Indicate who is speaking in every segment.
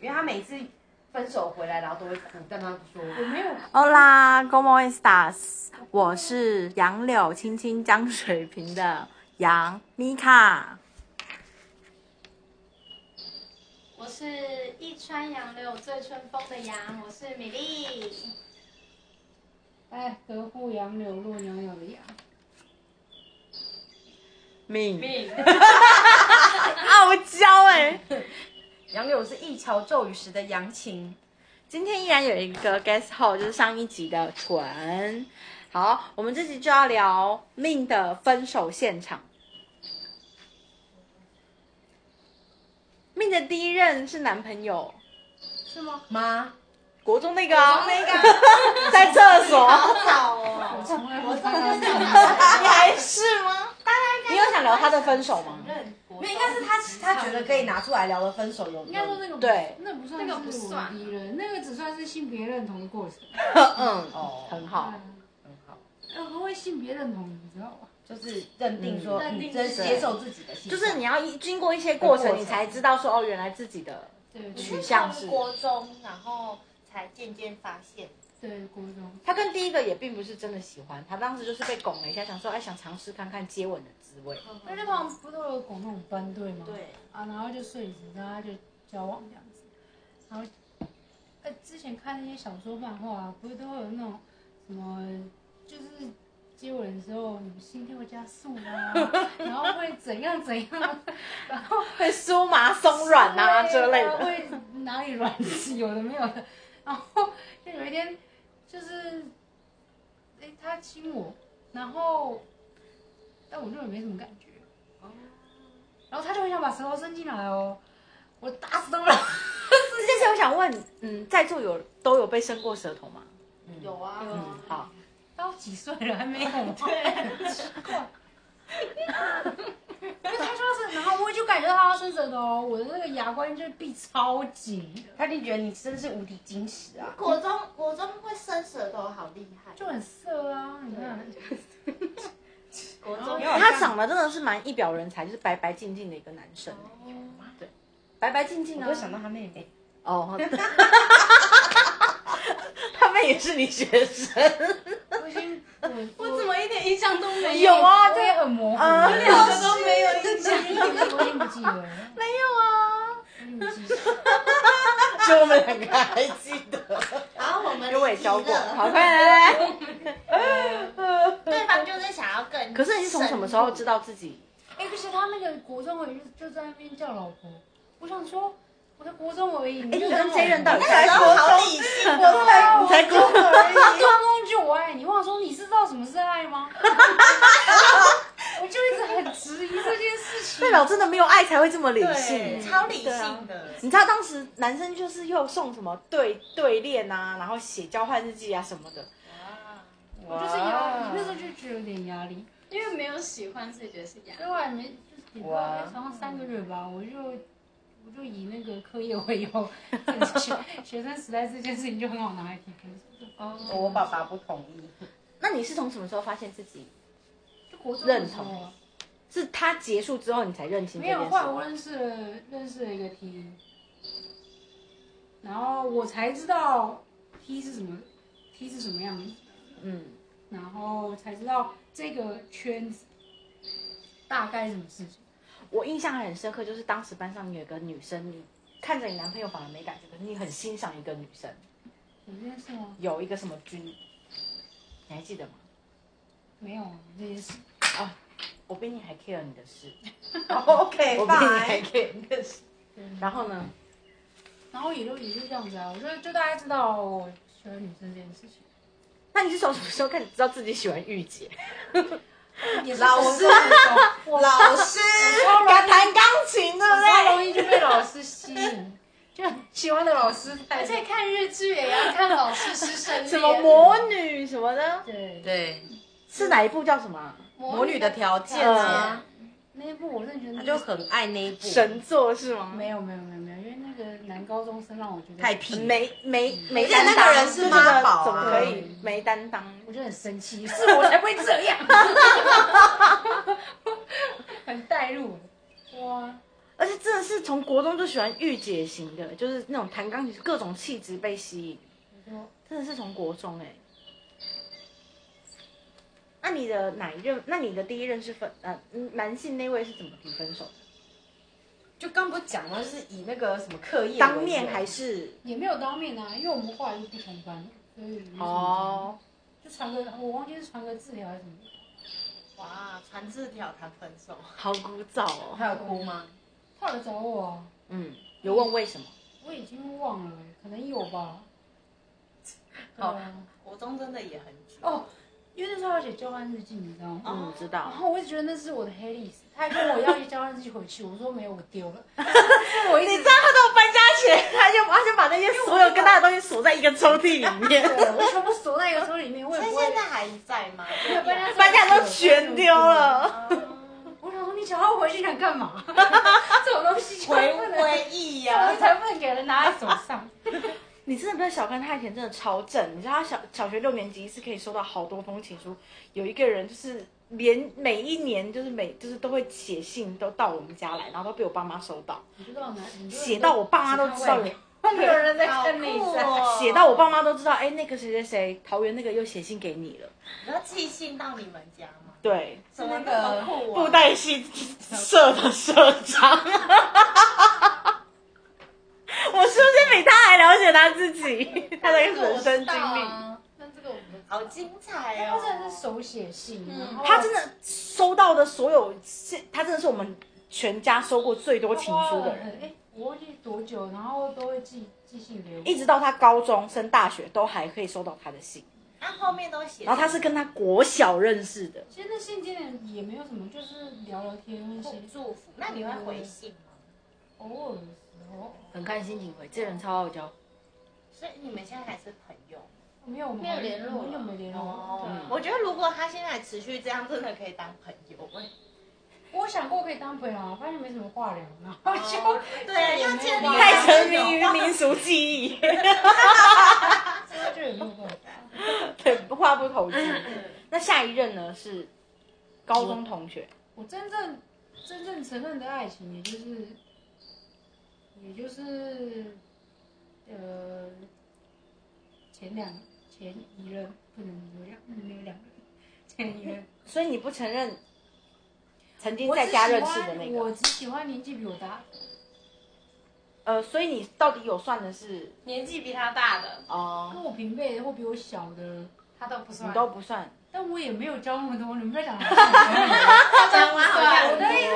Speaker 1: 因为他每次分手回来，然后都会哭，但他不说我没有哭。
Speaker 2: Hola, como estas？我是杨柳青青江水平的杨妮卡。
Speaker 3: 我是一川杨柳醉春风的杨，我是米粒。
Speaker 1: 哎，得护杨柳落袅袅的杨。
Speaker 2: 命
Speaker 1: 命，
Speaker 2: 傲娇哎！
Speaker 1: 杨柳是一桥骤雨时的扬晴。
Speaker 2: 今天依然有一个 guest host，就是上一集的纯。好，我们这集就要聊命的分手现场。命的第一任是男朋友，
Speaker 3: 是吗？
Speaker 1: 妈，
Speaker 2: 国中那个、啊，
Speaker 3: 那个
Speaker 2: 在厕所，
Speaker 3: 早哦，
Speaker 1: 从来不
Speaker 2: 你还是吗？你有想聊他的分手吗？
Speaker 1: 没有，应该是他他觉得可以拿出来聊的分手有。
Speaker 4: 应该说那个不
Speaker 2: 对
Speaker 4: 那不算
Speaker 3: 那个不
Speaker 4: 是
Speaker 3: 算啊
Speaker 4: 我敌人，那个只算是性别认同的过程。
Speaker 2: 嗯，
Speaker 1: 哦，
Speaker 2: 很好。
Speaker 1: 很嗯好，
Speaker 4: 要何谓呃性别认同，你知道吗？
Speaker 1: 就是认定说，
Speaker 3: 嗯
Speaker 1: 你
Speaker 3: 认定
Speaker 1: 真
Speaker 3: 自己
Speaker 1: 接受自己的性向，
Speaker 2: 就是你要一经过一些过
Speaker 1: 过
Speaker 2: 程，
Speaker 1: 程
Speaker 2: 你才知道说哦，原来自己的
Speaker 4: 对，
Speaker 2: 取
Speaker 4: 对
Speaker 2: 向是
Speaker 3: 从国中，然后才渐渐发现。
Speaker 4: 对，国
Speaker 3: 嗯
Speaker 4: 中
Speaker 2: 他跟第一个也并不是真的喜欢，他当时就是被拱了一下，想说哎，想尝试看看接吻的滋味。
Speaker 4: 那那旁不都有拱那种班队吗？
Speaker 3: 对，
Speaker 4: 啊，然后就睡死，然后他就交往这样子，然后呃，之前看那些小说漫画啊，不是都会有那种什么，就是接吻的时候什么心跳加速啊， 然后会怎样怎样，然后
Speaker 2: 会酥麻松软啊
Speaker 4: 对
Speaker 2: 之类
Speaker 4: 然后
Speaker 2: 的，
Speaker 4: 会哪里软，有的没有的。然后就有一天，就是，哎，他亲我，然后，但我对我没什么感觉。
Speaker 2: 哦
Speaker 4: 然后他就很想把舌头伸进来哦，我打死都不让。
Speaker 2: 但是我想问，嗯，在座有都有被伸过舌头吗？
Speaker 3: 有啊，有
Speaker 2: 嗯，好，
Speaker 4: 都几岁了还没有？对，奇怪。 因为他就是，然后我就感觉到他要伸舌头哦，我的那个牙关就闭超紧的，
Speaker 1: 他就觉得你真是无敌矜持啊！
Speaker 3: 国中国中会伸舌头，好厉害。
Speaker 4: 就很涩啊，你看。
Speaker 3: 国中
Speaker 1: 没有
Speaker 2: 他长得真的是蛮一表人才，就是白白净净的一个男生，哦白白净净
Speaker 1: 我
Speaker 2: 啊。
Speaker 1: 就想到他妹妹，
Speaker 2: 哦，他们也是你学生
Speaker 4: 我已经我
Speaker 3: 我怎么一点印象都没
Speaker 2: 有啊
Speaker 4: 我
Speaker 2: 这
Speaker 4: 也很模糊，
Speaker 2: 啊，
Speaker 4: 我
Speaker 3: 两个都没有印象。
Speaker 4: 已经不记 得了，
Speaker 2: 没有啊，
Speaker 4: 我已经不记得了。
Speaker 2: 就我们两个还记得，
Speaker 3: 然后我们
Speaker 2: 有伪交
Speaker 3: 离题
Speaker 2: 过，
Speaker 3: 了
Speaker 2: 好，快来来来。
Speaker 3: 对方就是想要更。
Speaker 2: 可是你是从什么时候知？道自己？
Speaker 4: 哎，而且他那个国中我就就在那边叫老婆，我想说我在国中而已，你
Speaker 2: 哎，
Speaker 4: 就
Speaker 2: 你
Speaker 4: 叫
Speaker 2: 跟
Speaker 4: 老婆
Speaker 2: 这任到底
Speaker 3: 那
Speaker 2: 才
Speaker 3: 时
Speaker 2: 多
Speaker 3: 候好
Speaker 2: 久？
Speaker 3: 理性哦，
Speaker 1: 我才
Speaker 2: 你才国中
Speaker 4: 他刚刚就我爱你，我想说你是知道什么是爱吗？ 我就一直很质疑这件事情
Speaker 2: 代。表真的没有爱才会这么理
Speaker 3: 对，
Speaker 2: 性。
Speaker 3: 超理性的。
Speaker 2: 你知道当时男生就是又送什么对对恋啊，然后写交换日记啊什么的，
Speaker 3: 哇
Speaker 4: 我就是压力，那时候就觉得有点压力，
Speaker 5: 因为没有喜欢，所以觉得是压
Speaker 4: 所以我还没就是也不知道在床上三个月吧，我就我就以那个课业为由，学学生时代这件事情就很好拿来提分手。
Speaker 1: 我我爸爸不同意，
Speaker 2: 那你是从什么时候发现自己？
Speaker 4: 就国中
Speaker 2: 认
Speaker 4: 的时候
Speaker 2: 同
Speaker 4: 啊，
Speaker 2: 是他结束之后你才认清这
Speaker 4: 没
Speaker 2: 件
Speaker 4: 有，
Speaker 2: 事
Speaker 4: 后来
Speaker 2: 吗
Speaker 4: 我？认识了认识了一个 T，然后我才知道 T 是什么 T 是什么样子，
Speaker 2: 嗯，
Speaker 4: 然后才知道这个圈子大概什么事情。
Speaker 2: 我印象很深刻，就是当时班上有一个女生，你看着你男朋友反而没感觉，可是你很欣赏一个女生，
Speaker 4: 有这件事吗？
Speaker 2: 有一个什么军，你还记得吗？
Speaker 4: 没有啊，这件事。
Speaker 2: 我比你还 care 你的事，
Speaker 1: OK，
Speaker 2: 我比你
Speaker 1: 拜
Speaker 2: 还。care 你的事。
Speaker 4: 嗯
Speaker 2: 然后呢？
Speaker 4: 然后也就也就这样子啊，我就就大概知道我喜欢女生这件事 情。
Speaker 2: 那你是从什么时候开始知道自己喜欢御姐？
Speaker 4: 也是
Speaker 1: 老
Speaker 4: 从
Speaker 1: 师
Speaker 4: 高中， 我
Speaker 1: 老师，
Speaker 4: 超容
Speaker 2: 敢
Speaker 4: 易，
Speaker 2: 弹钢琴，对
Speaker 4: 我超
Speaker 2: 不
Speaker 4: 容易就被老师吸引，就喜欢的老师太，
Speaker 5: 而且看日剧也要看老师师生恋，
Speaker 2: 对？什么魔女什么的，
Speaker 4: 对。
Speaker 1: 对，
Speaker 2: 是哪一部叫什么啊？
Speaker 1: 魔女的条件
Speaker 2: 啊
Speaker 1: 啊，
Speaker 4: 那一部我真的觉得
Speaker 1: 他就很爱那一
Speaker 4: 嗯
Speaker 1: 部，
Speaker 2: 神作是吗？
Speaker 4: 没有没有没有没有，因为那个男高中生让我觉得
Speaker 1: 太，屁，
Speaker 2: 没没没
Speaker 1: 而且那
Speaker 2: 担
Speaker 1: 个
Speaker 2: 当，
Speaker 1: 人是妈宝啊
Speaker 2: 就觉得怎么可以没担当？
Speaker 4: 我就很生 气，是我才不会这 样，很带入，哇，
Speaker 2: 而而且真的是从国中就喜欢御姐型的，就是那种弹钢琴各种气质被吸引，
Speaker 4: 我说
Speaker 2: 真的是从国中哎、那你的哪一任？那你的第一任是分呃嗯男性那位是怎么提分手的？
Speaker 1: 就刚不是讲了，就是以那个什么课业为
Speaker 2: 当面
Speaker 1: 由
Speaker 2: 还是
Speaker 4: 也没有当面啊，因为我们后来就不同班了，所以没什么
Speaker 2: 哦？
Speaker 4: 就传个我忘记是传个字条还是什么，
Speaker 5: 哇，传字条谈分手，
Speaker 2: 好古早哦。
Speaker 1: 还有哭吗？
Speaker 4: 他有来找我啊，
Speaker 2: 嗯，有问为什么？
Speaker 4: 我已经忘了欸、可能有吧。对
Speaker 5: 好
Speaker 4: 啊，
Speaker 5: 国中真的也很久
Speaker 4: 哦因为那时候要写交换日记，你知道吗？
Speaker 2: 嗯，知
Speaker 4: 然
Speaker 2: 道。
Speaker 4: 后我一直觉得那是我的黑历史，他还跟我要一交换日记回去，我说没有，我丢了。但我一
Speaker 2: 你知
Speaker 4: 直
Speaker 2: 道他到搬家前，他就他就把那些所有跟他的东西锁在一个抽屉里 面，
Speaker 4: 对我全部锁在一个抽屉里面，我也
Speaker 5: 那
Speaker 4: 不会
Speaker 5: 现。在还在吗？
Speaker 2: 搬家都全丢了。
Speaker 4: 我想说你想要回去想干嘛？ 这种东西才不能，
Speaker 5: 回忆
Speaker 4: 这
Speaker 5: 呀
Speaker 4: 种、才不能给人拿在手上。
Speaker 2: 你真的不要小看他以前真的超正，你知道他小小学六年级是可以收到好多封情书，有一个人就是连每一年就是每就是都会写信都到我们家来，然后都被我爸妈收到，
Speaker 4: 你知道吗？很多人都
Speaker 2: 写到我爸妈都知道有，
Speaker 4: 没有人在
Speaker 5: 好
Speaker 4: 看你
Speaker 5: 酷
Speaker 4: 在。
Speaker 5: 哦！
Speaker 2: 写到我爸妈都知道，哎，那个谁谁谁桃园那个又写信给你了，
Speaker 5: 你要寄信到你们家吗？
Speaker 2: 对，
Speaker 5: 怎么那么酷
Speaker 2: 布
Speaker 5: 啊？
Speaker 2: 袋戏社的社长。 我是不是比他还了解他自己，他的人生经历？
Speaker 5: 但这个我们啊
Speaker 4: 哎
Speaker 5: 好精
Speaker 3: 嗯
Speaker 5: 彩
Speaker 4: 他
Speaker 5: 哦！
Speaker 4: 真的是手写信，
Speaker 5: 嗯
Speaker 4: 然后
Speaker 2: 他真的收到的所有信，他真的是我们全家收过最多情书的人，
Speaker 4: 哎，我忘记多久，然后都会寄寄信给我。
Speaker 2: 一直到他高中升大学都还可以收到他的信。
Speaker 5: 那后面都写，
Speaker 2: 然后他是跟他国小认识的，
Speaker 4: 其实那信件也没有什么，就是聊聊天，写
Speaker 5: 祝福，那你会回信吗？
Speaker 4: 偶尔的时候。
Speaker 2: 很看心情回。这人超傲娇，
Speaker 5: 所以你们现在还是朋友吗？
Speaker 4: 没有，我们
Speaker 3: 没有联络
Speaker 4: 很久没联络。
Speaker 5: 哦
Speaker 2: 嗯，
Speaker 5: 我觉得如果他现在持续这样，真的可以当朋友哎。
Speaker 4: 我想过可以当朋友啊，发现没什么话聊，然 后就、
Speaker 5: 哦对，要见
Speaker 4: 没有
Speaker 2: 太
Speaker 4: 太
Speaker 2: 沉迷于民俗记 忆，
Speaker 4: 就也没有办法。
Speaker 2: 对，话不投机。那下一任呢是高中同学，
Speaker 4: 我真正真正承认的爱情，也就是也就是呃前两前一任不能有两嗯没有两个人前一任，
Speaker 2: 所以你不承认曾经
Speaker 4: 我
Speaker 2: 在
Speaker 4: 只
Speaker 2: 家
Speaker 4: 喜
Speaker 2: 认识
Speaker 4: 欢
Speaker 2: 的那
Speaker 4: 我
Speaker 2: 个？
Speaker 4: 只喜欢年纪比我大。
Speaker 2: 呃，所以你到底有算的是
Speaker 5: 年纪比他大的，
Speaker 2: 哦、
Speaker 4: 跟我平辈或比我小的，
Speaker 5: 他都不算
Speaker 2: 你都不算。
Speaker 4: 但我也没有交那么多，你们不要讲我
Speaker 5: 他都不
Speaker 3: 啊
Speaker 5: 算。
Speaker 4: 我的意思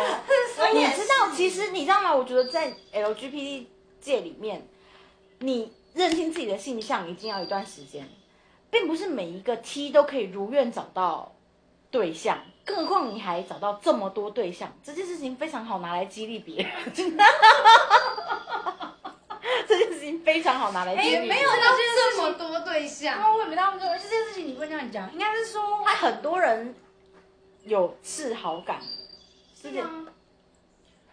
Speaker 5: 我
Speaker 2: 你
Speaker 5: 也
Speaker 2: 知道，其实你知道吗？我觉得在 LGBT 界里面，你认清自己的性向已经要一段时间，并不是每一个 T 都可以如愿找到对象，更何况你还找到这么多对象，这件事情非常好拿来激励别人。 这件事情非常好拿来激励别人，
Speaker 4: 哎没有
Speaker 5: 到这么多对象，
Speaker 4: 啊，我也没当过，而且这件事情你不能这样讲，应该是说
Speaker 2: 他很多人有次好感，这
Speaker 4: 啊
Speaker 2: 件
Speaker 5: 吗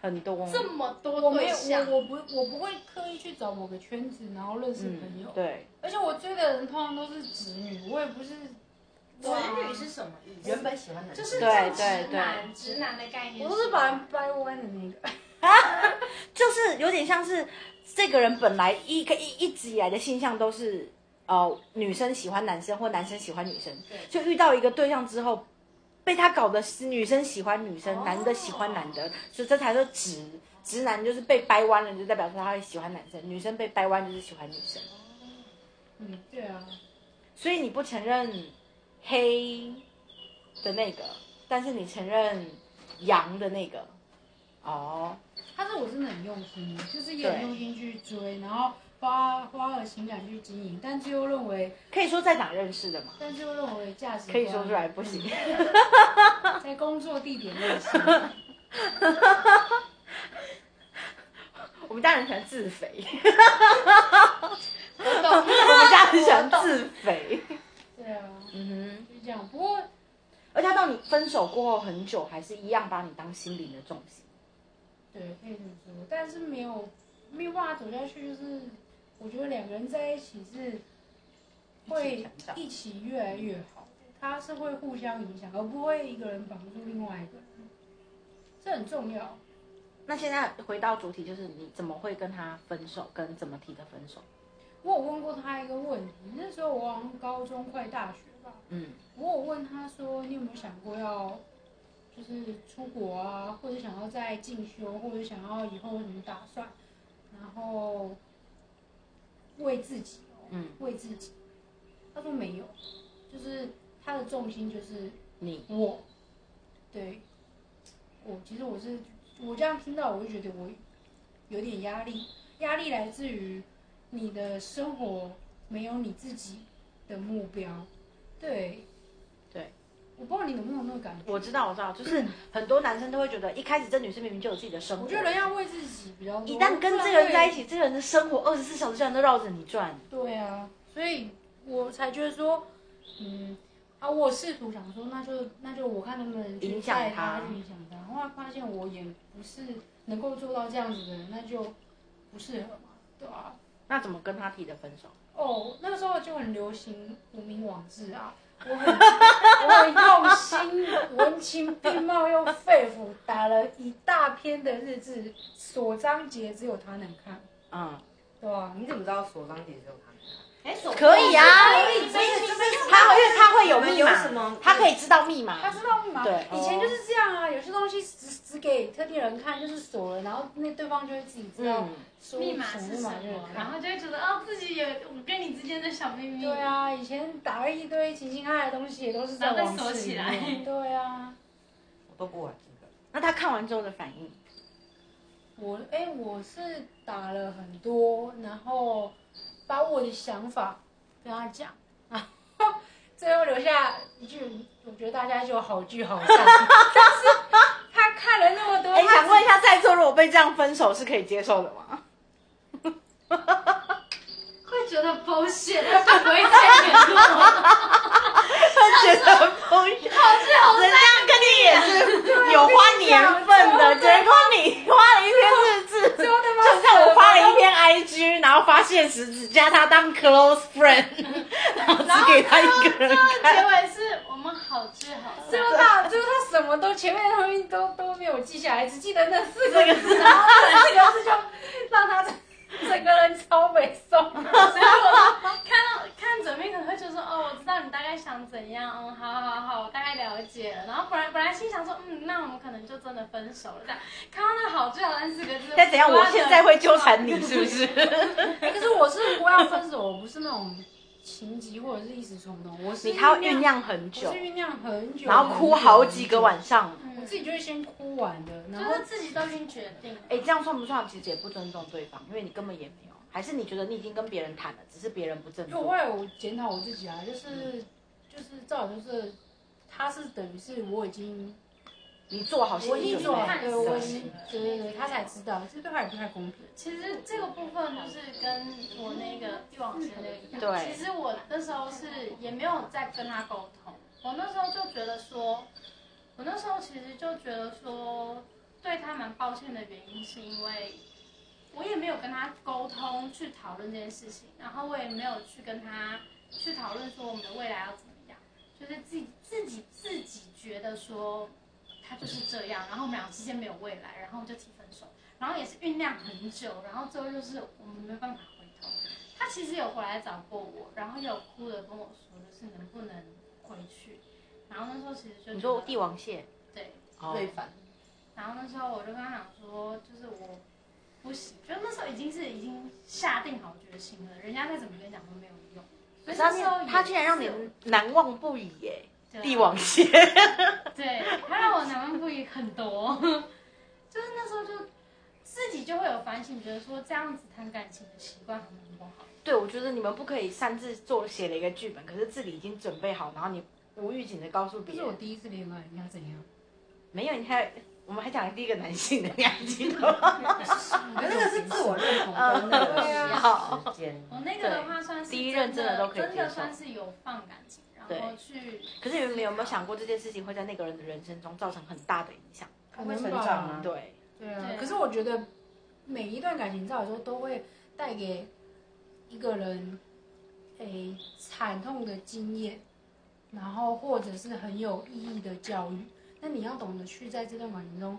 Speaker 2: 很多
Speaker 5: 这么
Speaker 4: 我
Speaker 5: 多
Speaker 4: 没
Speaker 5: 对
Speaker 4: 有，
Speaker 5: 象，
Speaker 4: 我我不我不会刻意去找某个圈子，然后认识朋友，
Speaker 2: 嗯对，
Speaker 4: 而且我追的人通常都是直女，我也不是
Speaker 5: 子女是什么意思？
Speaker 1: 本喜欢男
Speaker 5: 就
Speaker 1: 就是是
Speaker 5: 这种
Speaker 2: 对
Speaker 5: 直
Speaker 2: 对
Speaker 5: 男直男的概念，
Speaker 4: 我都是把人掰弯的那个，
Speaker 2: 就是有点像是这个人本来一个一一直以来的性向都是呃女生喜欢男生或男生喜欢女生，就遇到一个对象之后，被他搞的是女生喜欢女生，男的喜欢男的，所以这才叫直。直男就是被掰弯了，就代表说他会喜欢男生；女生被掰弯就是喜欢女生。
Speaker 4: 嗯，对啊，
Speaker 2: 所以你不承认黑的那个，但是你承认阳的那个。哦，
Speaker 4: 但是我真的很用心，就是也很
Speaker 2: 对
Speaker 4: 用心去追，然后花花了情感去经营，但最后认为，
Speaker 2: 可以说在哪认识的吗？
Speaker 4: 但最后认为价值
Speaker 2: 可以
Speaker 4: 观嗯
Speaker 2: 说出来不行。
Speaker 4: 在工作地点认识，
Speaker 2: 我们家人喜欢自肥，
Speaker 5: 我懂，
Speaker 2: 我们家人喜欢自肥。
Speaker 4: 对啊，
Speaker 2: 嗯
Speaker 4: 就这样。不过
Speaker 2: 哼，而且他到你分手过后很久，还是一样把你当心灵的重心。
Speaker 4: 对，可以这么说，但是没有没有办法走下去，就是我觉得两个人在一起是
Speaker 2: 一起
Speaker 4: 会
Speaker 2: 成长
Speaker 4: 一起越来越好，他是会互相影响，而不会一个人绑住另外一个人，这很重要。
Speaker 2: 那现在回到主题，就是你怎么会跟他分手，跟怎么提的分手？
Speaker 4: 我有问过他一个问题，那时候我好像高中快大学吧，
Speaker 2: 嗯，
Speaker 4: 我有问他说，你有没有想过要，就是出国啊，或者想要再进修，或者想要以后有什么打算，然后为自己哦，
Speaker 2: 嗯，
Speaker 4: 为自己。他说没有，就是他的重心就是
Speaker 2: 你
Speaker 4: 我，对，我其实我是我这样听到，我就觉得我有点压力，压力来自于你的生活没有你自己的目标，对，
Speaker 2: 对，
Speaker 4: 我不知道你能不能那个感觉，
Speaker 2: 我知道，我知道，就是很多男生都会觉得，一开始这女生明明就有自己的生活，
Speaker 4: 我觉得人要为自己比较多，
Speaker 2: 一旦跟这个人在一起，这个人的生活二十四小时居然都绕着你转。
Speaker 4: 不然会，对啊，所以我才觉得说，嗯。啊，我试图想说，那就那就我看能不能去
Speaker 2: 影响
Speaker 4: 带
Speaker 2: 他
Speaker 4: 去影响他。后来发现我也不是能够做到这样子的人，那就不适合嘛，对啊。
Speaker 2: 那怎么跟他提的分手？
Speaker 4: 哦，那时候就很流行无名网志啊，我很 我很用心，文情并茂又肺腑，打了一大篇的日志，所章节只有他能看，
Speaker 2: 嗯，
Speaker 4: 对吧、
Speaker 6: 你怎么知道锁章节只有他？
Speaker 5: 哎，手
Speaker 2: 可以啊，
Speaker 5: 这这这
Speaker 2: 他因为他会有
Speaker 6: 你们
Speaker 2: 密
Speaker 6: 有
Speaker 2: 码，
Speaker 6: 什么
Speaker 2: 他可以知道密码。
Speaker 4: 他知道密码，
Speaker 2: 对
Speaker 4: 以前就是这样啊，有些东西只只给特定人看，就是锁了，然后那对方就会自己知道
Speaker 2: 嗯
Speaker 4: 输入
Speaker 3: 密码
Speaker 4: 什么
Speaker 3: 是
Speaker 4: 密
Speaker 3: 什
Speaker 4: 码就能
Speaker 3: 么，
Speaker 4: 看
Speaker 3: 然后就会觉得哦，自己有我跟你之间的小秘密。
Speaker 4: 对啊，以前打了一堆情情爱爱的东西，也都是在
Speaker 3: 然后被
Speaker 4: 网
Speaker 3: 锁
Speaker 4: 志里
Speaker 3: 起来
Speaker 4: 面。对啊，
Speaker 6: 我都不玩这个。
Speaker 2: 那他看完之后的反应，
Speaker 4: 我哎、我是打了很多，然后把我的想法跟他讲，然后 最后留下一句，我觉得大家就好聚好散。 但是他看了那么多，
Speaker 2: 哎、
Speaker 4: 他
Speaker 2: 想问一下在座，如果被这样分手是可以接受的吗？
Speaker 3: 会觉得 bullshit，就不会再联络。
Speaker 2: 他觉得很风趣，人家跟你也是有花年份的，结果你花了一篇日志，
Speaker 4: 最后他妈
Speaker 2: 就像我花了一篇 IG，然后发现实只加他当 close friend，然后只给他一个人
Speaker 3: 结
Speaker 2: 看。
Speaker 3: 尾是我们好聚好
Speaker 4: 最
Speaker 3: 散。
Speaker 4: 后他最后他什么都前面的东西都都没有记下来，只记得那四个字，然后那四个字就让他整个人超北宋。
Speaker 3: 所以我看到看准妹可能会觉得说，哦，我知道你大概想怎样，嗯，好好好，我大概了解了。然后本来本来心想说，嗯，那我们可能就真的分手了。这样看到那好聚好散四个字，
Speaker 2: 但怎样，我现在会纠缠你，是不是？
Speaker 4: 哎可是我是如果要分手，我不是那种情急或者是一时冲动，我是
Speaker 2: 你他酝酿很
Speaker 4: 我
Speaker 2: 久
Speaker 4: 是，酝酿很久，
Speaker 2: 然后哭好几个晚
Speaker 4: 上，
Speaker 2: 上。
Speaker 4: 我
Speaker 3: 嗯，
Speaker 4: 自己就会先哭完的，然
Speaker 3: 就
Speaker 4: 后
Speaker 3: 是自己都已经决定了。
Speaker 2: 哎，这样算不算其实也不尊重对方？因为你根本也没有，还是你觉得你已经跟别人谈了，只是别人不振
Speaker 4: 就后
Speaker 2: 作。
Speaker 4: 来我检讨我自己啊，就是就是照理就是，他是等于是我已经
Speaker 2: 你做好心
Speaker 4: 我
Speaker 2: 理
Speaker 4: 已经
Speaker 2: 准
Speaker 4: 做好，
Speaker 2: 备。
Speaker 3: 看
Speaker 4: 对
Speaker 3: 死
Speaker 4: 我
Speaker 3: 了
Speaker 4: 已经对对对，他才知道，这对他也不太公平。
Speaker 3: 其实这个部分就是跟我那个欲望之类一样。
Speaker 2: 对
Speaker 3: 其实我那时候是也没有在跟他沟通，我那时候就觉得说，我那时候其实就觉得说，对他蛮抱歉的原因是因为我也没有跟他沟通去讨论这件事情，然后我也没有去跟他去讨论说我们的未来要怎么样，就是自己自己自己觉得说他就是这样，然后我们俩之间没有未来，然后就提分手，然后也是酝酿很久，然后最后就是我们没办法回头。他其实有回来找过我，然后有哭的跟我说，就是能不能回去。然后那时候其实就
Speaker 2: 你说
Speaker 3: 觉得
Speaker 2: 帝王蟹，
Speaker 3: 对，
Speaker 2: 哦
Speaker 5: 对反
Speaker 3: 然后那时候我就跟他讲说，就是我不行，就那时候已经是已经下定好决心了，人家再怎么跟你讲都没有用。所
Speaker 2: 可
Speaker 3: 以
Speaker 2: 是
Speaker 3: 那
Speaker 2: 他
Speaker 3: 时候
Speaker 2: 竟他竟然让你难忘不已耶，帝
Speaker 3: 帝
Speaker 2: 王蟹。
Speaker 3: 对，他让我难忘不已很多，就是那时候就自己就会有反省，觉得说这样子谈感情的习惯很不好。
Speaker 2: 对，我觉得你们不可以擅自做写了一个剧本，可是自己已经准备好，然后你无预警的告诉
Speaker 4: 这
Speaker 2: 别
Speaker 4: 是我
Speaker 2: 人，
Speaker 4: 第一次恋爱，你要怎样？
Speaker 2: 没有，你还我们还讲了第一个男性的，你还 记得吗？
Speaker 6: 我觉得那个是自我认同跟那个时间。
Speaker 3: 我哦那个的话算是
Speaker 2: 第一任真的都可以接受
Speaker 3: 真的算是有放感情，然后去
Speaker 2: 可是你们有没有想过这件事情会在那个人的人生中造成很大的影响？
Speaker 6: 他会成长啊
Speaker 2: 对，
Speaker 4: 对啊，
Speaker 3: 对
Speaker 4: 可是我觉得每一段感情，照理说都会带给一个人诶惨痛的经验，然后或者是很有意义的教育。那你要懂得去在这段感情中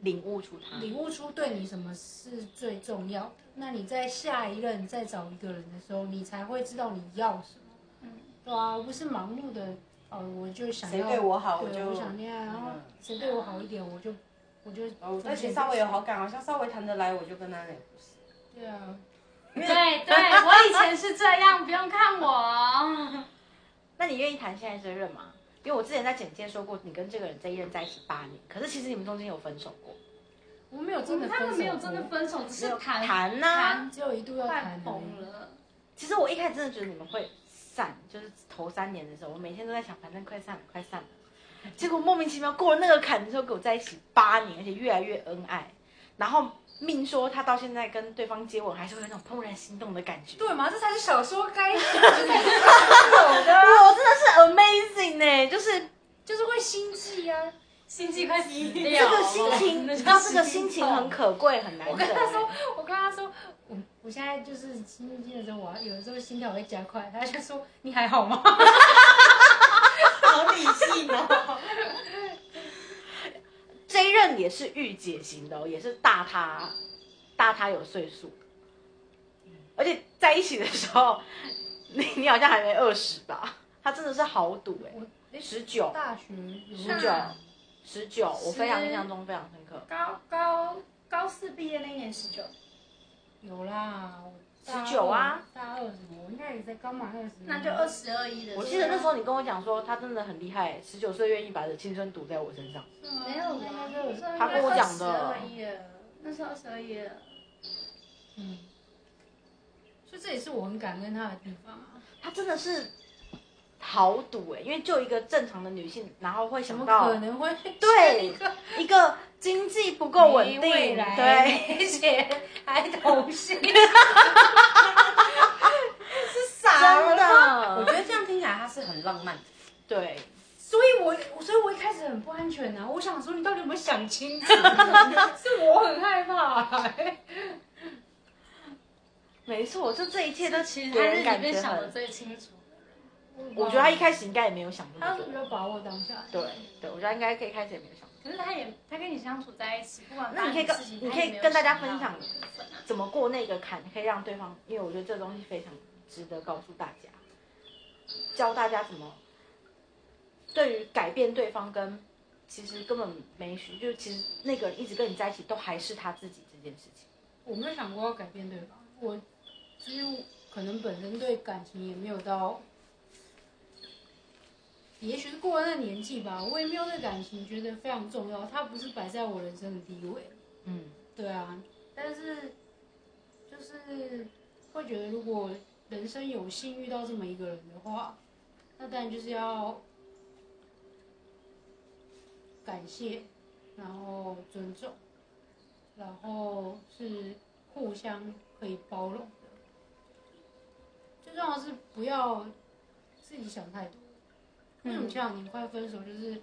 Speaker 2: 领悟出
Speaker 3: 嗯
Speaker 2: 它。
Speaker 4: 领悟出对你什么是最重要的。那你在下一任再找一个人的时候，你才会知道你要什么。嗯
Speaker 3: 嗯，
Speaker 4: 对啊，而不是盲目的，呃，我就想
Speaker 5: 谁
Speaker 4: 要
Speaker 5: 对我好我
Speaker 4: 对
Speaker 5: 就
Speaker 4: 我想恋爱，然后
Speaker 5: 嗯
Speaker 4: 谁对我好一点，我就我就
Speaker 5: 哦，而且稍微有好感，好像稍微谈得来，我就跟他那不是。
Speaker 4: 对啊，
Speaker 3: 对对， 我以前是这样，不用看我。
Speaker 2: 那你愿意谈现在这任吗？因为我之前在简介说过，你跟这个人这一任在一起八年，可是其实你们中间有分手过，
Speaker 4: 我没有
Speaker 3: 我
Speaker 4: 真的
Speaker 3: 们
Speaker 4: 分
Speaker 3: 他
Speaker 4: 手
Speaker 3: 们
Speaker 4: 过，
Speaker 3: 没有真的分手，只是谈
Speaker 2: 谈啊呐、
Speaker 4: 只有一度要
Speaker 3: 快
Speaker 4: 谈而
Speaker 3: 疯
Speaker 4: 已
Speaker 3: 了。
Speaker 2: 其实我一开始真的觉得你们会散，就是头三年的时候，我每天都在想，反正快散了，快散了。结果莫名其妙过了那个坎之后，跟我在一起八年，而且越来越恩爱。然后命说他到现在跟对方接吻，还是会有那种怦然心动的感觉。
Speaker 4: 对嘛？这才是小说该有 的，
Speaker 2: 啊我真的是 amazing 呢、就是
Speaker 4: 就是会心悸啊。
Speaker 3: 心悸快死
Speaker 2: 这
Speaker 3: 掉
Speaker 2: 个心 情，你知道这个心情很可贵，很难得、
Speaker 4: 我跟他说，我跟他说，我我现在就是心不静的时候，我要有的时候心跳会加快，他就说你还好吗？
Speaker 5: 好理性 哦。
Speaker 2: 这一任也是御姐型的、哦，也是大他大他有岁数，而且在一起的时候，你你好像还没二十吧？他真的是豪赌哎、
Speaker 4: 我诶
Speaker 2: 十九
Speaker 4: 大学有
Speaker 2: 十九十九，我非常印象中非常深刻。
Speaker 3: 高高高四毕业那一年十九，
Speaker 4: 有啦，我大
Speaker 2: 19啊
Speaker 4: 二，大二什么？我应该也在刚满二十，
Speaker 3: 那就二。十二一的时候。
Speaker 2: 我记得那时候你跟我讲说，他真的很厉害，十九岁愿意把的青春赌在我身上。
Speaker 3: 没有
Speaker 4: 那
Speaker 3: 啊
Speaker 4: 应该就，有
Speaker 2: 他跟我讲的
Speaker 3: 二十二一了，那时候二十二一了。
Speaker 4: 嗯，所以这也是我很感恩他的地方啊。
Speaker 2: 他真的是豪赌哎、因为就一个正常的女性，然后会
Speaker 4: 怎
Speaker 2: 想
Speaker 4: 么
Speaker 2: 到
Speaker 4: 可能会
Speaker 2: 对一个经济不够稳定，
Speaker 4: 没未来
Speaker 2: 对。，
Speaker 4: 而且还 同性？
Speaker 5: 傻了
Speaker 2: 真
Speaker 5: 吗？ 我觉
Speaker 2: 的，
Speaker 5: 得这样听起来他是很浪漫的。
Speaker 2: 对，
Speaker 4: 所以我，所以我一开始很不安全啊！我想说，你到底有没有想清楚？ 是我很害怕、欸
Speaker 2: 没错，就这一切都其实给
Speaker 3: 他是
Speaker 2: 人
Speaker 3: 里
Speaker 2: 感觉
Speaker 3: 面想的
Speaker 2: 很，
Speaker 3: 最清楚的人。
Speaker 2: 我觉得他一开始应该也没有想那
Speaker 4: 他
Speaker 2: 么
Speaker 4: 是比
Speaker 2: 多，
Speaker 4: 较把握当下。
Speaker 2: 对对，我觉得他应该可以开始也没有想
Speaker 3: 可是他也，他跟你相处在一起，不管
Speaker 2: 那你可以跟
Speaker 3: 发生什么事情
Speaker 2: 你可以
Speaker 3: 他也没有
Speaker 2: 跟大家
Speaker 3: 想到
Speaker 2: 分享
Speaker 3: 的部分啊
Speaker 2: 怎么过那个坎，可以让对方，因为我觉得这东西非常值得告诉大家，教大家怎么对于改变对方跟其实根本没需，就其实那个人一直跟你在一起都还是他自己这件事情，
Speaker 4: 我没有想过要改变对方，我其实可能本身对感情也没有到，也许是过了那年纪吧，我也没有对感情觉得非常重要，它不是摆在我人生的第一位。
Speaker 2: 嗯，
Speaker 4: 对啊，但是就是会觉得，如果人生有幸遇到这么一个人的话，那当然就是要感谢，然后尊重，然后是互相可以包容的。最重要的是不要自己想太多。为
Speaker 3: 嗯
Speaker 4: 什么前两年快分手就是？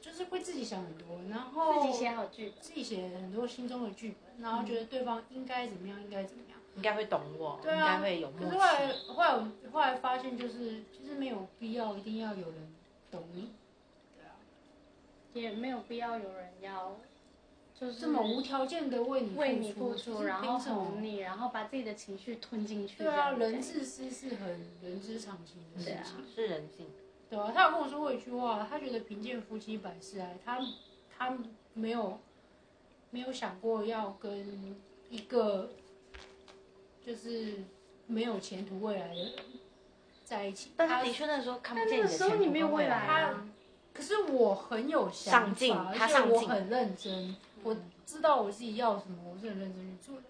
Speaker 4: 就是会自己想很多，然
Speaker 2: 哦
Speaker 4: 后
Speaker 3: 自己写好剧本。
Speaker 4: 自己写很多心中的剧本，
Speaker 3: 嗯
Speaker 4: 然后觉得对方应该怎么样，应该怎么样。
Speaker 2: 应该会懂我，
Speaker 4: 对
Speaker 2: 应
Speaker 4: 啊
Speaker 2: 该会有
Speaker 4: 可
Speaker 2: 默
Speaker 4: 是
Speaker 2: 契
Speaker 4: 后。来，后来我后来发现，就是其实没有必要一定要有人懂你，
Speaker 3: 也没有必要有人要，就是
Speaker 4: 这么无条件的为你
Speaker 3: 为你付
Speaker 4: 出，
Speaker 3: 出，然后哄
Speaker 4: 你。
Speaker 3: 你，然后把自己的情绪吞进去。
Speaker 4: 对啊，
Speaker 3: 这样的
Speaker 4: 人
Speaker 3: 感觉
Speaker 4: 自私是很人之常情的事
Speaker 3: 对啊
Speaker 4: 情。
Speaker 2: 是人性，
Speaker 4: 对啊，他有跟我说过一句话，他觉得贫贱夫妻百事哀，他他没有没有想过要跟一个就是没有前途未来的人在一起。
Speaker 2: 但他的确那时候看不见
Speaker 3: 但
Speaker 2: 你
Speaker 3: 那
Speaker 2: 的
Speaker 3: 个时候
Speaker 2: 前途
Speaker 3: 你没有
Speaker 2: 跟
Speaker 3: 未来
Speaker 2: 啊
Speaker 3: 啊，
Speaker 4: 可是我很有想法
Speaker 2: 上进
Speaker 4: 而
Speaker 2: 他
Speaker 4: 且
Speaker 2: 上
Speaker 4: 我
Speaker 2: 进嗯
Speaker 4: 很认真，我知道我自己要什么，我是很认真去做的。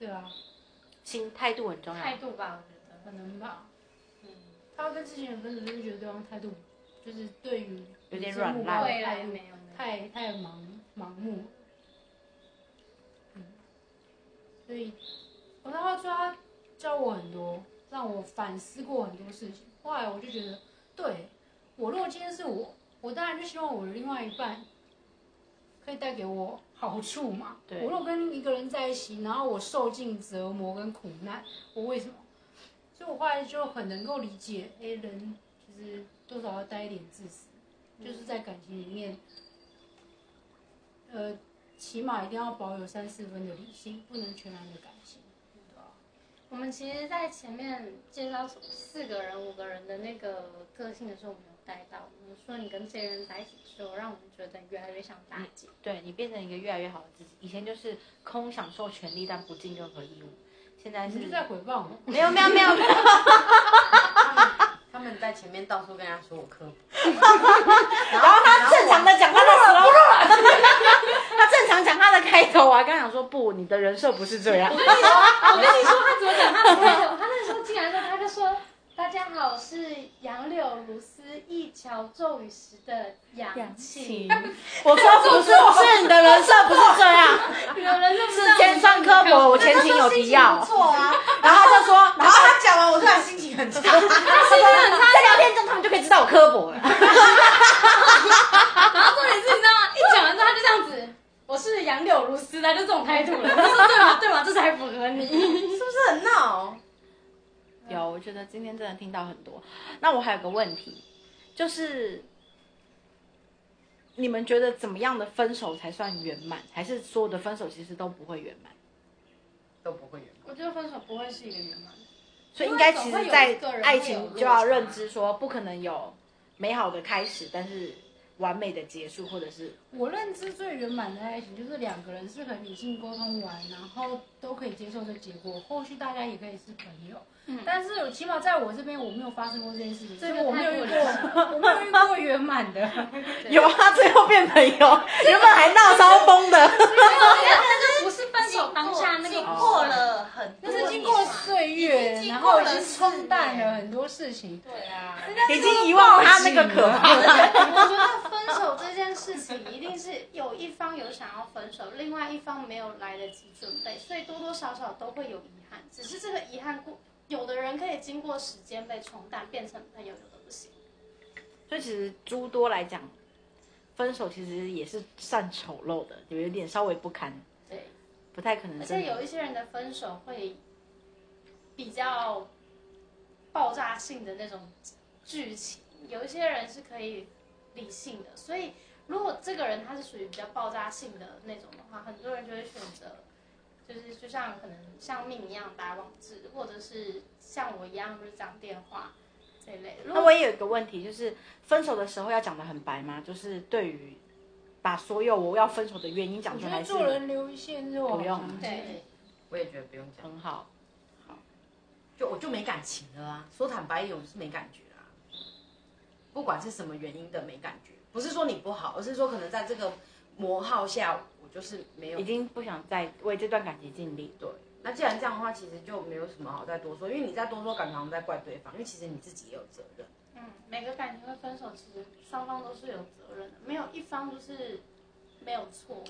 Speaker 4: 对啊，
Speaker 2: 心态度很重要。
Speaker 3: 态度吧，我觉得。
Speaker 4: 可能吧。他跟之前的分手就是觉得对方态度就是对于
Speaker 2: 有点
Speaker 4: 人生目
Speaker 2: 软烂
Speaker 4: 标的
Speaker 3: 未来
Speaker 4: 态度
Speaker 3: 没有没有
Speaker 4: 太太盲盲目了，嗯，所以我那时候他教我很多，让我反思过很多事情。后来我就觉得，对我如果今天是我，我当然就希望我的另外一半可以带给我好处嘛。
Speaker 2: 对
Speaker 4: 我如果跟一个人在一起，然后我受尽折磨跟苦难，我为什么？所以我后来就很能够理解，哎，人
Speaker 3: 嗯
Speaker 4: 就是多少要带一点自私，就是在感情里面呃，起码一定要保有三四分的理性，不能全然的感性。
Speaker 3: 我们其实，在前面介绍四个人、五个人的那个个性的时候，我们有带到，我们说你跟这些人在一起之后，让我们觉得你越来越像大姐。
Speaker 6: 对你变成一个越来越好的自己。以前就是空享受权利，但不尽任何义务。现在是
Speaker 4: 你就在诽谤我，
Speaker 6: 没有没有没有没有，
Speaker 5: 他们在前面到处跟他说我科普，
Speaker 2: 然后他正常的讲他的 slogan，他正常讲他的开头啊，刚想说不，你的人设不是这样。
Speaker 3: 我跟你说，他怎么讲他的开头？他那时候进来的时候，他就说：“大家好，我是杨柳如丝一桥骤雨时的杨晴。
Speaker 2: 我说不是，是你的人设不是这样，”
Speaker 3: 有人认不
Speaker 2: 是天上科普，我前情有提要。
Speaker 5: 错啊。
Speaker 2: 然后他就说，然
Speaker 5: 然
Speaker 2: 后
Speaker 5: 后他讲完，我突然心情 很差。
Speaker 2: 他说在聊天中他们就可以知道我刻薄了。
Speaker 3: 然后啊重点是，你知道吗？一讲完之后，他就这 样子。我是杨柳如丝，他就这种态 度了。他说：“对
Speaker 4: 啊
Speaker 3: 嘛，对嘛，这才符合你。
Speaker 5: 是不是很闹？
Speaker 2: 有，我觉得今天真的听到很多。那我还有个问题，就是你们觉得怎么样的分手才算圆满？还是所有的分手其实都不会圆满？
Speaker 5: 都不会有。”
Speaker 3: 我觉得分手不会是一个圆满。
Speaker 2: 所以应该
Speaker 3: 因为
Speaker 2: 其
Speaker 3: 总会
Speaker 2: 实，
Speaker 3: 有
Speaker 2: 在
Speaker 3: 一个人
Speaker 2: 爱
Speaker 3: 会有
Speaker 2: 情
Speaker 3: 落
Speaker 2: 就要
Speaker 3: 差
Speaker 2: 认知说，不可能有美好的开始，但是完美的结束，或者是
Speaker 4: 我认知最圆满的爱情就是两个人是很理性沟通完，然后都可以接受的结果，后续大家也可以是朋友。
Speaker 3: 嗯
Speaker 4: 但是有起码在我这边我没有发生过这件事情，所
Speaker 3: 这
Speaker 4: 以
Speaker 3: 个
Speaker 4: 我没有
Speaker 3: 太
Speaker 4: 遇
Speaker 3: 过
Speaker 4: 过， 我没有遇过圆满的。
Speaker 2: 有啊，最后变朋友，原本还闹骚崩的。
Speaker 3: 那就不是分手当下那个
Speaker 5: 经过了很多
Speaker 4: 但
Speaker 5: 年，
Speaker 4: 是经过岁月，
Speaker 5: 经
Speaker 4: 然
Speaker 5: 过
Speaker 4: 后
Speaker 5: 了
Speaker 4: 已经冲淡了很多事情。
Speaker 5: 对啊，
Speaker 2: 已经遗忘他那个可怕的。
Speaker 3: 我觉得分手这件事情一定是有一方有想要分手，另外一方没有来得及准备，所以多多少少都会有遗憾。只是这个遗憾过，有的人可以经过时间被冲淡，变成朋友，有的不行。
Speaker 2: 所以其实诸多来讲，分手其实也是算丑陋的，有一点稍微不堪，
Speaker 3: 对，
Speaker 2: 不太可能
Speaker 3: 而
Speaker 2: 真
Speaker 3: 且
Speaker 2: 的。
Speaker 3: 有一些人的分手会比较爆炸性的那种剧情，有一些人是可以理性的，所以如果这个人他是属于比较爆炸性的那种的话，很多人就会选择。就是就像可能像命一样打网志，或者是像我一样就是讲电话这一类。如
Speaker 2: 那
Speaker 3: 果
Speaker 2: 我也有一个问题，就是分手的时候要讲的很白吗？就是对于把所有我要分手的原因
Speaker 4: 我
Speaker 2: 讲出
Speaker 4: 觉
Speaker 2: 来，
Speaker 4: 得
Speaker 2: 还是
Speaker 4: 做人留一线肉，
Speaker 2: 不用
Speaker 3: 对，
Speaker 5: 我也觉得不用讲，
Speaker 2: 很好。
Speaker 5: 就我就没感情了啊。说坦白一点，我就是没感觉啊。不管是什么原因的没感觉，不是说你不好，而是说可能在这个磨耗下，我就是没有
Speaker 2: 已经不想再为这段感情尽力。
Speaker 5: 对。那既然这样的话，其实就没有什么好再多说，因为你再多说，感觉好像在怪对方，因为其实你自己也有责任。
Speaker 3: 嗯，每个感情会分手，其实双方都是有责任的，没有一方就是没有错。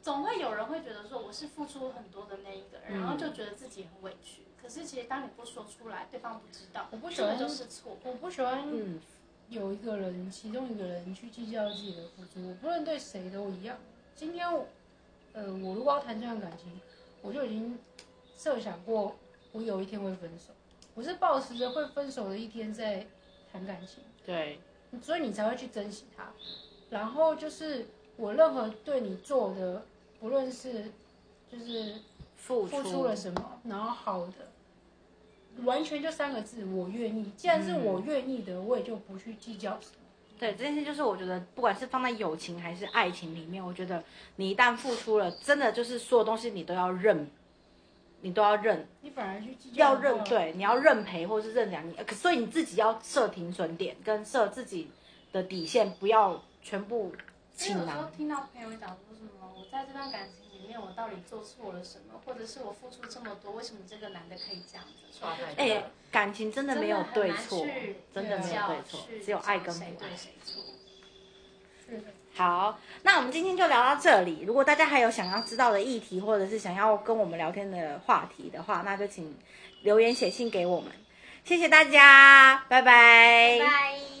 Speaker 3: 总会有人会觉得说我是付出很多的那一个人，
Speaker 2: 嗯
Speaker 3: 然后就觉得自己很委屈。可是其实当你不说出来，对方不知道，
Speaker 4: 我不喜
Speaker 3: 这个
Speaker 4: 欢
Speaker 3: 就是错。
Speaker 4: 我不喜欢
Speaker 2: 嗯，
Speaker 4: 有一个人，其中一个人去计较自己的付出，我不论对谁都一样。今天我，呃，我如果要谈这段感情，我就已经设想过，我有一天会分手。我是抱持着会分手的一天在谈感情，
Speaker 2: 对，
Speaker 4: 所以你才会去珍惜它。然后就是我任何对你做的，不论是就是
Speaker 2: 付出
Speaker 4: 付出了什么，然后好的，完全就三个字，我愿意。既然是
Speaker 2: 嗯
Speaker 4: 我愿意的，我也就不去计较什么。
Speaker 2: 对这件事，就是我觉得，不管是放在友情还是爱情里面，我觉得你一旦付出了，真的就是所有东西你都要认，你都要认，
Speaker 4: 你反而去计较
Speaker 2: 要
Speaker 4: 的话
Speaker 2: 认，对，你要认赔或是认两，你可所以你自己要设停损点，跟设自己的底线，不要全部
Speaker 3: 所以
Speaker 2: 倾
Speaker 3: 有时候
Speaker 2: 囊。
Speaker 3: 听到朋友讲说什么，我在这段感情里面我到底做错了什么，或者是我付出这么多，为什么这个男的可以这样子？
Speaker 5: 刷太多
Speaker 2: 哎、
Speaker 5: 了
Speaker 2: 感情真的没有对错，真
Speaker 4: 真
Speaker 2: 的
Speaker 4: 的
Speaker 2: 没
Speaker 4: 很难去
Speaker 2: 有对错，只有爱跟不
Speaker 3: 谁
Speaker 2: 爱
Speaker 3: 对。谁错。
Speaker 4: 是的
Speaker 2: 好，那我们今天就聊到这里。如果大家还有想要知道的议题，或者是想要跟我们聊天的话题的话，那就请留言写信给我们。谢谢大家，拜拜
Speaker 3: 拜。